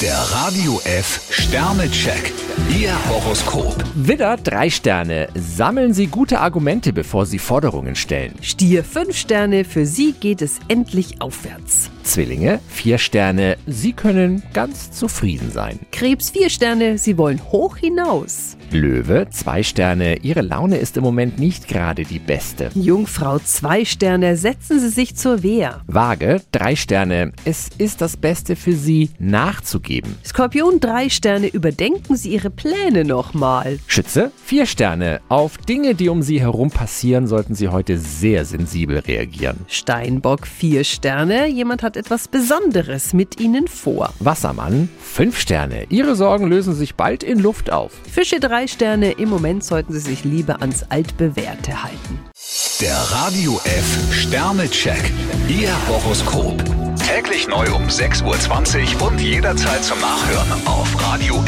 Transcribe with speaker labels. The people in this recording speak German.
Speaker 1: Der Radio F Sternecheck. Ihr Horoskop.
Speaker 2: Widder, drei Sterne. Sammeln Sie gute Argumente, bevor Sie Forderungen stellen.
Speaker 3: Stier 5 Sterne, für Sie geht es endlich aufwärts.
Speaker 2: Zwillinge, vier Sterne. Sie können ganz zufrieden sein.
Speaker 3: Krebs 4 Sterne, Sie wollen hoch hinaus.
Speaker 2: Löwe, zwei Sterne. Ihre Laune ist im Moment nicht gerade die beste.
Speaker 3: Jungfrau 2 Sterne, setzen Sie sich zur Wehr.
Speaker 2: Waage, drei Sterne. Es ist das Beste für Sie, nachzugeben.
Speaker 3: Skorpion 3 Sterne, überdenken Sie Ihre Pläne nochmal.
Speaker 2: Schütze, vier Sterne. Auf Dinge, die um Sie herum passieren, sollten Sie heute sehr sensibel reagieren.
Speaker 3: Steinbock 4 Sterne, jemand hat etwas Besonderes mit Ihnen vor.
Speaker 2: Wassermann, fünf Sterne. Ihre Sorgen lösen sich bald in Luft auf.
Speaker 3: Fische 3 Sterne, im Moment sollten Sie sich lieber ans Altbewährte halten.
Speaker 1: Der Radio F Sternecheck. Ihr Horoskop. Täglich neu um 6.20 Uhr und jederzeit zum Nachhören auf Radio